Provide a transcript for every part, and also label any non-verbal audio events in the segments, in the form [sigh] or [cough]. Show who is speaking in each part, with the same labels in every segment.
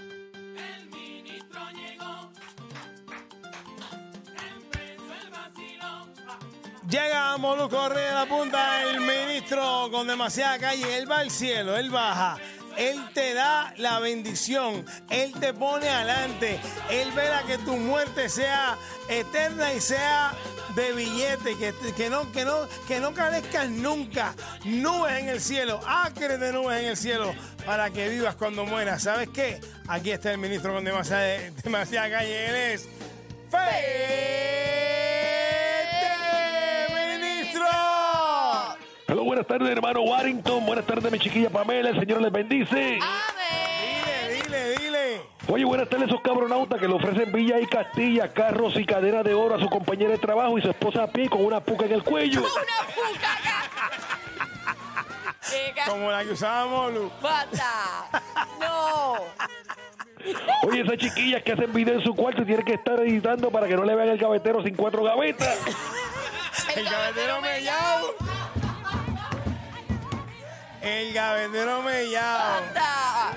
Speaker 1: El ministro llegó, empezó el vacilón.
Speaker 2: Llega Molusco Reyes de la Punta, el ministro con demasiada calle. Él va al cielo, él baja. Él te da la bendición, Él te pone adelante, Él verá que tu muerte sea eterna y sea de billete, que, que no, que no, que no carezcas nunca. Nubes en el cielo, acres de nubes en el cielo, para que vivas cuando mueras. ¿Sabes qué? Aquí está el ministro con demasiada, [laughs] demasiada calle, él es Fede Ministro.
Speaker 3: Hello, buenas tardes, hermano Warrington. Buenas tardes, mi chiquilla Pamela. El Señor les bendice.
Speaker 2: Dile, dile, dile.
Speaker 3: Oye, buenas tardes, esos cabronautas que le ofrecen Villa y Castilla, carros y cadena de oro a su compañera de trabajo y su esposa a pie con una puca en el cuello.
Speaker 4: una bucaca. Llega,
Speaker 2: Como la que usábamos, Lu.
Speaker 4: basta. No.
Speaker 3: Oye, esas chiquillas que hacen video en su cuarto y tienen que estar editando para que no le vean el gavetero sin cuatro gavetas.
Speaker 2: El gavetero mellao. El gavetero mellao.
Speaker 4: Basta.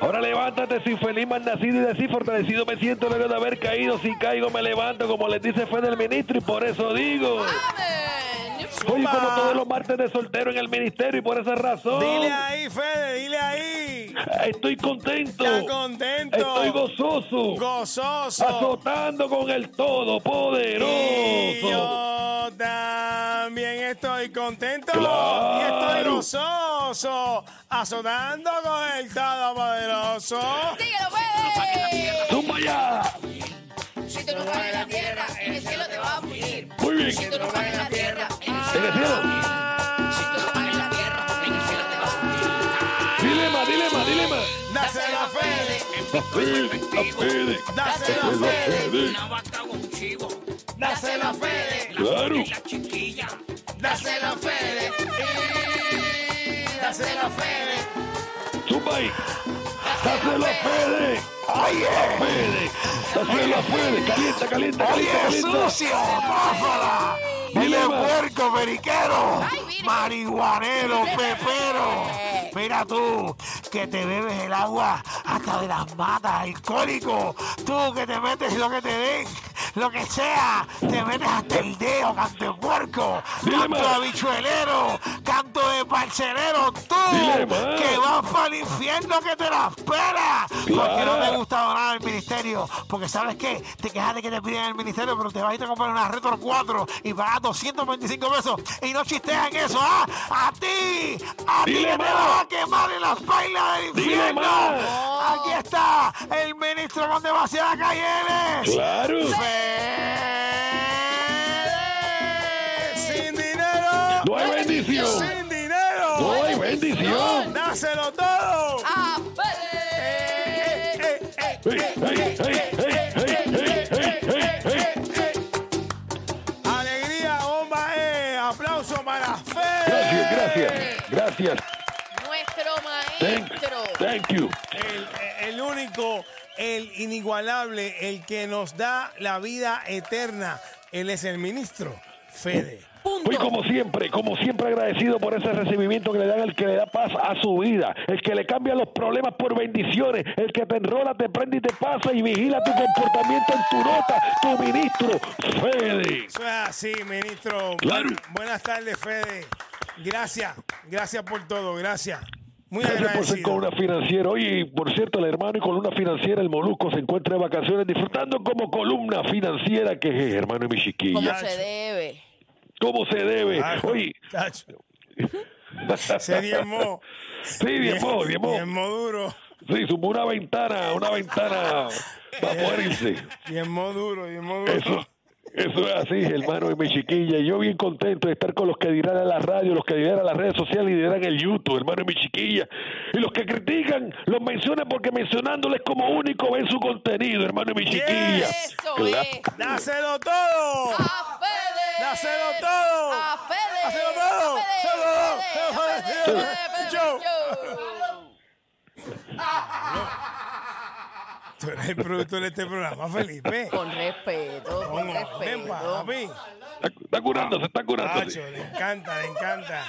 Speaker 3: Ahora levántate sin feliz mal nacido y así fortalecido me siento luego de haber caído. Si caigo me levanto, como les dice Fede el ministro, y por eso digo.
Speaker 4: Amén.
Speaker 3: Oye, como todos los martes de soltero en el ministerio y por esa razón.
Speaker 2: Dile ahí, Fede, dile ahí.
Speaker 3: Estoy contento.
Speaker 2: Está contento.
Speaker 3: Estoy gozoso.
Speaker 2: Gozoso.
Speaker 3: azotando con el
Speaker 2: Y
Speaker 3: Todopoderoso.
Speaker 2: yo también estoy contento.
Speaker 3: Claro.
Speaker 2: Y estoy gozoso. Azotando con el Todopoderoso.
Speaker 4: Síguelo, puede.
Speaker 3: ¡Zumba ya!
Speaker 4: Si tú no caes en la tierra, en el cielo te vas a morir.
Speaker 3: Muy bien.
Speaker 4: Si tú no caes en la tierra,
Speaker 3: En
Speaker 4: en el
Speaker 3: el cielo.
Speaker 4: cielo te vas en la tierra, en el cielo te vas a morir.
Speaker 3: Dilema, dilema, dilema.
Speaker 2: Dáselo a Fede.
Speaker 3: La pide, la pide.
Speaker 2: Dáselo a
Speaker 3: La
Speaker 2: Fede.
Speaker 3: pide.
Speaker 2: Dáselo a Fede.
Speaker 3: Claro.
Speaker 2: Dáselo a Fede. Y Dáselo a Fede.
Speaker 3: Zumba ahí. Dáselo a Fede. ¡Ay, eh. a Fede! ¡Dáselo a Fede! ¡Calienta, calienta, calienta! calienta.
Speaker 5: ¡Páfala! ¡Dile
Speaker 3: Dilema.
Speaker 5: puerco, periquero!
Speaker 4: mire.
Speaker 5: ¡Marihuanero, pepero! Mira tú, que te bebes el agua hasta de las matas, alcohólico. Tú que te metes lo que te den, lo que sea. Te metes hasta el dedo, canto de puerco,
Speaker 3: Dilema.
Speaker 5: canto de bichuelero, canto de parcelero. Tú
Speaker 3: Dilema.
Speaker 5: que vas para el infierno que te la espera. Porque no
Speaker 3: Claro.
Speaker 5: te gustado nada del ministerio. Porque sabes qué, te quejas de que te piden el ministerio, pero te vas a ir a comprar una Retro 4 y pagas 225 pesos. Y no chisteas en eso, ¿ah? A ti, a ti que
Speaker 3: Dile
Speaker 5: te
Speaker 3: más.
Speaker 5: vas a quemar en las bailas del
Speaker 3: Dile
Speaker 5: infierno.
Speaker 3: más.
Speaker 5: Aquí está el ministro con demasiada calle.
Speaker 3: ¡Claro!
Speaker 2: Fede. Sin dinero.
Speaker 3: ¡No hay bendición!
Speaker 2: Sin dinero.
Speaker 3: ¡No hay bendición!
Speaker 2: Dáselo todo.
Speaker 4: Ah, puede.
Speaker 2: Eh, eh,
Speaker 3: ¡Ey, ey, ey, ey, ey, ey, ey, ey, ey!
Speaker 2: Alegría, bomba, eh. Aplauso para Fede.
Speaker 3: Gracias, gracias, gracias.
Speaker 4: Nuestro
Speaker 3: Thank,
Speaker 4: maestro.
Speaker 3: thank you.
Speaker 2: El, el único, el inigualable, el que nos da la vida eterna. Él es el ministro, Fede.
Speaker 3: Fui Pues como siempre, como siempre agradecido por ese recibimiento que le dan el que le da paz a su vida, el que le cambia los problemas por bendiciones, el que te enrola, te prende y te pasa y vigila tu comportamiento en tu nota, tu ministro, Fede.
Speaker 2: Eso es así, ministro.
Speaker 3: Claro.
Speaker 2: Buenas tardes, Fede. Gracias, gracias por todo, gracias. Muy
Speaker 3: Gracias por ser
Speaker 2: agradecido.
Speaker 3: columna financiera. Oye, y por cierto, el hermano y columna financiera, el Molusco, se encuentra de vacaciones disfrutando como columna financiera que es, hermano y mi
Speaker 4: Como
Speaker 3: chiquilla.
Speaker 4: se debe.
Speaker 3: ¿Cómo se debe?
Speaker 2: Ah,
Speaker 3: Oye,
Speaker 2: Tacho, se diezmó.
Speaker 3: Sí, [laughs] diezmó, diezmó.
Speaker 2: Diezmó duro.
Speaker 3: Sí, sumó una ventana, una ventana para poder irse.
Speaker 2: Diezmó duro, diezmó duro.
Speaker 3: Eso, eso es así, hermano y mi chiquilla. Y yo bien contento de estar con los que dirán a la radio, los que dirán a las redes sociales y dirán el YouTube, hermano y mi chiquilla. Y los que critican, los mencionan porque mencionándoles como único ven su contenido, hermano y mi chiquilla.
Speaker 4: Eso
Speaker 3: Claro.
Speaker 4: es.
Speaker 2: ¡Dáselo todo!
Speaker 4: ¡A Fede!
Speaker 2: ¡Dáselo todo!
Speaker 4: ¡A Fede!
Speaker 2: ¡Dáselo todo!
Speaker 4: ¡A Fede!
Speaker 2: ¡Dáselo todo!
Speaker 4: ¡A Fede!
Speaker 2: ¡Dáselo
Speaker 4: ¡A Fede!
Speaker 2: todo!
Speaker 4: ¡Show!
Speaker 2: Tú eres el productor de este programa, Felipe.
Speaker 4: Con respeto, con
Speaker 2: Con orden,
Speaker 4: respeto.
Speaker 2: papi.
Speaker 3: Está, está curando, se está curando. sí.
Speaker 2: Tacho, le encanta, le encanta.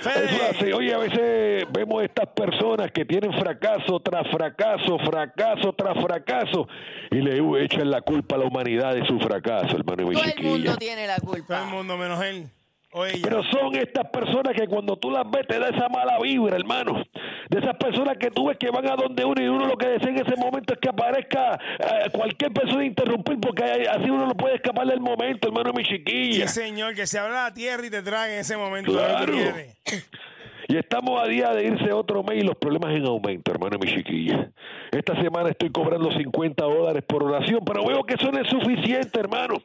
Speaker 3: Eso es
Speaker 2: Fede,
Speaker 3: así. Oye, a veces vemos estas personas que tienen fracaso tras fracaso, fracaso tras fracaso, y le echan la culpa a la humanidad de su fracaso, hermano y mi
Speaker 4: Todo el
Speaker 3: chiquilla.
Speaker 4: mundo tiene la
Speaker 2: todo el
Speaker 4: culpa.
Speaker 2: mundo menos él o ella.
Speaker 3: Pero son estas personas que cuando tú las ves te da esa mala vibra, hermano. De esas personas que tú ves que van a donde uno y uno lo que desea en ese momento es que aparezca eh, cualquier persona a interrumpir porque así uno no puede escapar del momento, hermano, mi chiquilla.
Speaker 2: Sí, señor, que se abra la tierra y te trague en ese momento. lo
Speaker 3: Claro.
Speaker 2: que tú quieres.
Speaker 3: Y estamos a día de irse otro mes y los problemas en aumento, hermano mi chiquilla. Esta semana estoy cobrando 50 dólares por oración, pero veo que eso no es suficiente, hermano.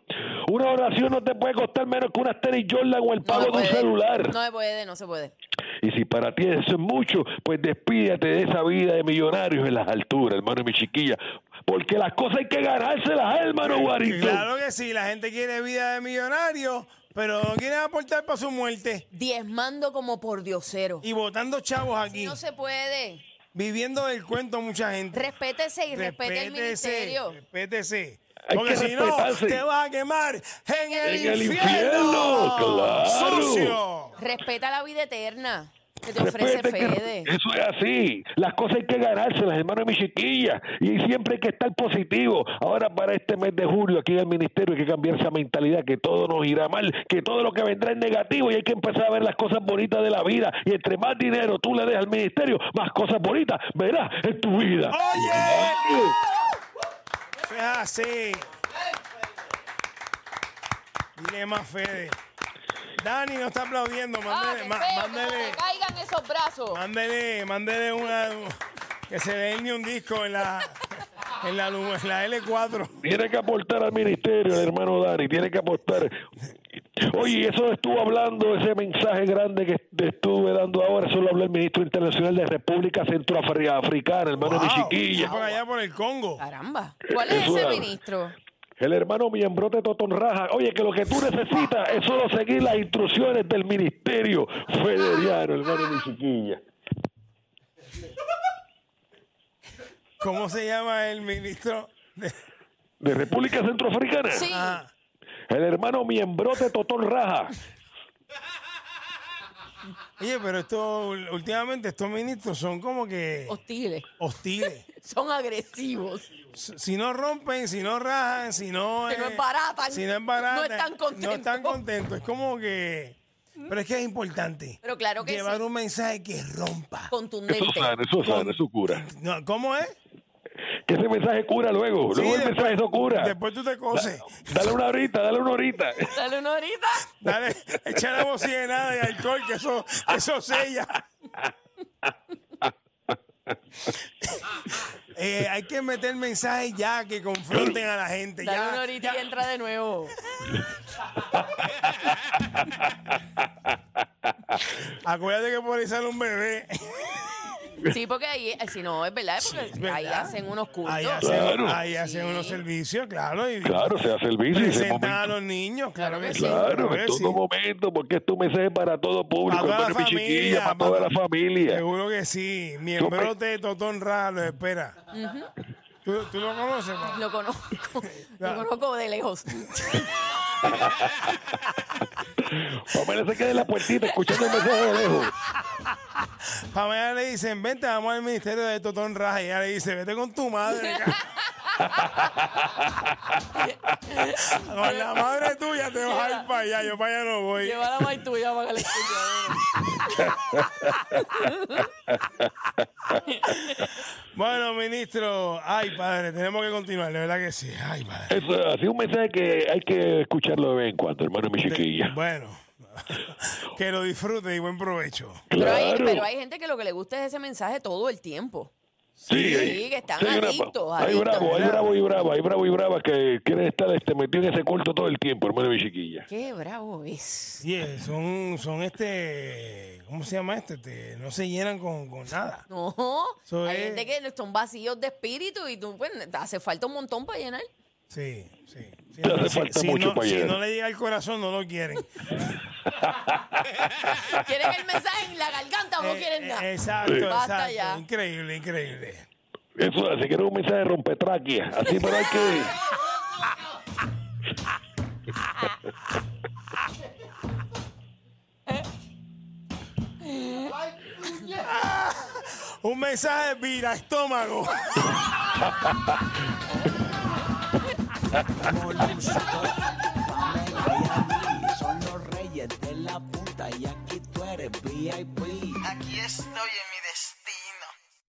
Speaker 3: Una oración no te puede costar menos que unas tenis Jordan o el
Speaker 4: No
Speaker 3: pago de
Speaker 4: se
Speaker 3: un
Speaker 4: puede.
Speaker 3: celular.
Speaker 4: No se puede, no se puede.
Speaker 3: Y si para ti eso es mucho, pues despídete de esa vida de millonarios en las alturas, hermano mi chiquilla. Porque las cosas hay que ganárselas, ¿eh, hermano Warrington.
Speaker 2: Claro que sí, la gente quiere vida de millonario, pero no quieren aportar para su muerte.
Speaker 4: Diezmando como por diosero.
Speaker 2: Y votando chavos aquí,
Speaker 4: No se puede.
Speaker 2: viviendo del cuento mucha gente.
Speaker 4: Respétese y respete el ministerio.
Speaker 2: Respétese.
Speaker 3: Hay
Speaker 2: Porque
Speaker 3: que
Speaker 2: si no,
Speaker 3: respetarse.
Speaker 2: te vas a quemar en el,
Speaker 3: En el infierno,
Speaker 2: infierno.
Speaker 3: claro.
Speaker 2: Socio.
Speaker 4: Respeta la vida eterna que te ofrece
Speaker 3: Respete que-
Speaker 4: Fede.
Speaker 3: Eso es así. Las cosas hay que ganárselas, hermano de mi chiquilla. Y siempre hay que estar positivo. Ahora para este mes de julio aquí en el ministerio hay que cambiar esa mentalidad que todo nos irá mal, que todo lo que vendrá es negativo y hay que empezar a ver las cosas bonitas de la vida. Y entre más dinero tú le des al ministerio, más cosas bonitas verás en tu vida.
Speaker 2: Oye. Eso es así. Dile más, Fede. Dani nos está aplaudiendo.
Speaker 4: Ah,
Speaker 2: Mándele,
Speaker 4: que
Speaker 2: ma-
Speaker 4: feo, que no
Speaker 2: mándele,
Speaker 4: te caigan esos brazos.
Speaker 2: mándele, mándele una. Que se le ni un disco en la, en la, lu- en la L4.
Speaker 3: Tiene que aportar al ministerio, el hermano Dani, tiene que aportar. Oye, eso estuvo hablando, ese mensaje grande que te estuve dando ahora, eso lo habló el ministro internacional de República Centroafricana, hermano de mi
Speaker 2: Wow,
Speaker 3: chiquilla.
Speaker 2: fue Por allá por el Congo.
Speaker 4: Caramba. ¿Cuál es
Speaker 3: Eso
Speaker 4: ese
Speaker 3: era.
Speaker 4: ministro?
Speaker 3: El hermano Miembrote Totón Raja, oye, que lo que tú necesitas es solo seguir las instrucciones del ministerio federal, hermano de mi chiquilla.
Speaker 2: ¿Cómo se llama el ministro? de-
Speaker 3: De República Centroafricana,
Speaker 4: Sí.
Speaker 2: Ah,
Speaker 3: el hermano Miembrote Totón Raja.
Speaker 2: oye, pero esto, últimamente estos ministros son como que
Speaker 4: Hostiles.
Speaker 2: hostiles.
Speaker 4: Son agresivos.
Speaker 2: Si si no rompen, si no rajan, si no...
Speaker 4: [laughs] Si no
Speaker 2: eh,
Speaker 4: embaratan.
Speaker 2: Si no embaratan.
Speaker 4: No están contentos. Mm.
Speaker 2: No están contentos. Es como que... Pero es que es importante.
Speaker 4: Pero claro que
Speaker 2: Llevar
Speaker 4: sí.
Speaker 2: un mensaje que rompa.
Speaker 3: Eso
Speaker 4: Contundente.
Speaker 3: sana, eso sana, eso cura.
Speaker 2: No, ¿Cómo es?
Speaker 3: Que ese mensaje cura luego,
Speaker 2: Sí,
Speaker 3: luego el mensaje eso cura.
Speaker 2: Después tú te coses.
Speaker 3: Dale una horita, dale una horita.
Speaker 4: Dale una horita.
Speaker 2: Dale, [laughs] echa la bocina de nada de alcohol, que eso, eso sella. Eh, hay que meter mensajes ya que confronten a la gente.
Speaker 4: Dale
Speaker 2: ya,
Speaker 4: una horita
Speaker 2: ya.
Speaker 4: y entra de nuevo.
Speaker 2: Acuérdate que por ahí sale un bebé.
Speaker 4: Sí, porque ahí, eh, si no, es verdad, es porque
Speaker 2: ¿verdad?
Speaker 4: ahí hacen unos cultos.
Speaker 2: Ahí hacen,
Speaker 3: Claro.
Speaker 2: ahí hacen unos servicios, claro. Y
Speaker 3: Claro, se hace el bici. ese
Speaker 2: presentan a
Speaker 3: momento.
Speaker 2: los niños, claro que sí.
Speaker 3: Claro, en
Speaker 2: que
Speaker 3: todo momento, porque es tu mensaje para todo público,
Speaker 2: Para toda la
Speaker 3: hermano, mi chiquilla,
Speaker 2: familia.
Speaker 3: para toda la familia.
Speaker 2: Seguro que sí. Miembrote de Totón Ra los espera. ¿Tú, tú lo conoces, pa?
Speaker 4: Lo conozco.
Speaker 2: [laughs] Claro.
Speaker 4: Lo conozco de lejos.
Speaker 3: Pamela se queda en la puertita escuchando el mensaje de lejos.
Speaker 2: [laughs] Pamela le dicen, vente, vamos al ministerio de Totón Ra. Y ella le dice, vete con tu madre. ca-". Con la madre tuya te vas a ir para allá, yo para allá no voy.
Speaker 4: [laughs] Lleva la más tuya para que la escuchadora.
Speaker 2: Bueno, ministro, ay, padre, tenemos que continuar, de verdad que sí. Ay, padre.
Speaker 3: Eso es así, un mensaje que hay que escucharlo de vez en cuando, hermano, mi chiquilla.
Speaker 2: Bueno, [laughs] que lo disfrute y buen provecho.
Speaker 4: Pero hay,
Speaker 3: Claro.
Speaker 4: pero hay gente que lo que le gusta es ese mensaje todo el tiempo. sí,
Speaker 3: hay-
Speaker 4: que están
Speaker 3: sí, hay una-
Speaker 4: adictos,
Speaker 3: Hay
Speaker 4: adictos.
Speaker 3: bravo, hay bravo y brava, hay bravo y brava que quieren estar este, metido en ese culto todo el tiempo, hermano, mi chiquilla.
Speaker 4: Qué bravo es.
Speaker 2: Sí, eh, son, son este, ¿cómo se llama este? Este, no se llenan con, con nada.
Speaker 4: No,
Speaker 2: Eso
Speaker 4: hay
Speaker 2: es-
Speaker 4: gente que son vacíos de espíritu y tú, pues, te hace falta un montón para llenar.
Speaker 2: Sí, sí. sí
Speaker 3: Te hace falta
Speaker 2: si,
Speaker 3: mucho
Speaker 2: no,
Speaker 3: para
Speaker 2: si
Speaker 3: llegar.
Speaker 2: no le llega al corazón, no lo
Speaker 4: [laughs]
Speaker 2: quieren.
Speaker 4: ¿Quieren el mensaje en la garganta o no
Speaker 2: Eh,
Speaker 4: quieren
Speaker 2: eh,
Speaker 4: nada?
Speaker 2: Exacto,
Speaker 4: Basta
Speaker 2: exacto.
Speaker 4: ya.
Speaker 2: Increíble, increíble.
Speaker 3: Eso así que era un mensaje de rompetraquia. Así, pero hay que.
Speaker 2: Un mensaje vira estómago.
Speaker 6: Son los reyes de la punta y aquí tú eres VIP.
Speaker 7: Aquí estoy en mi destino.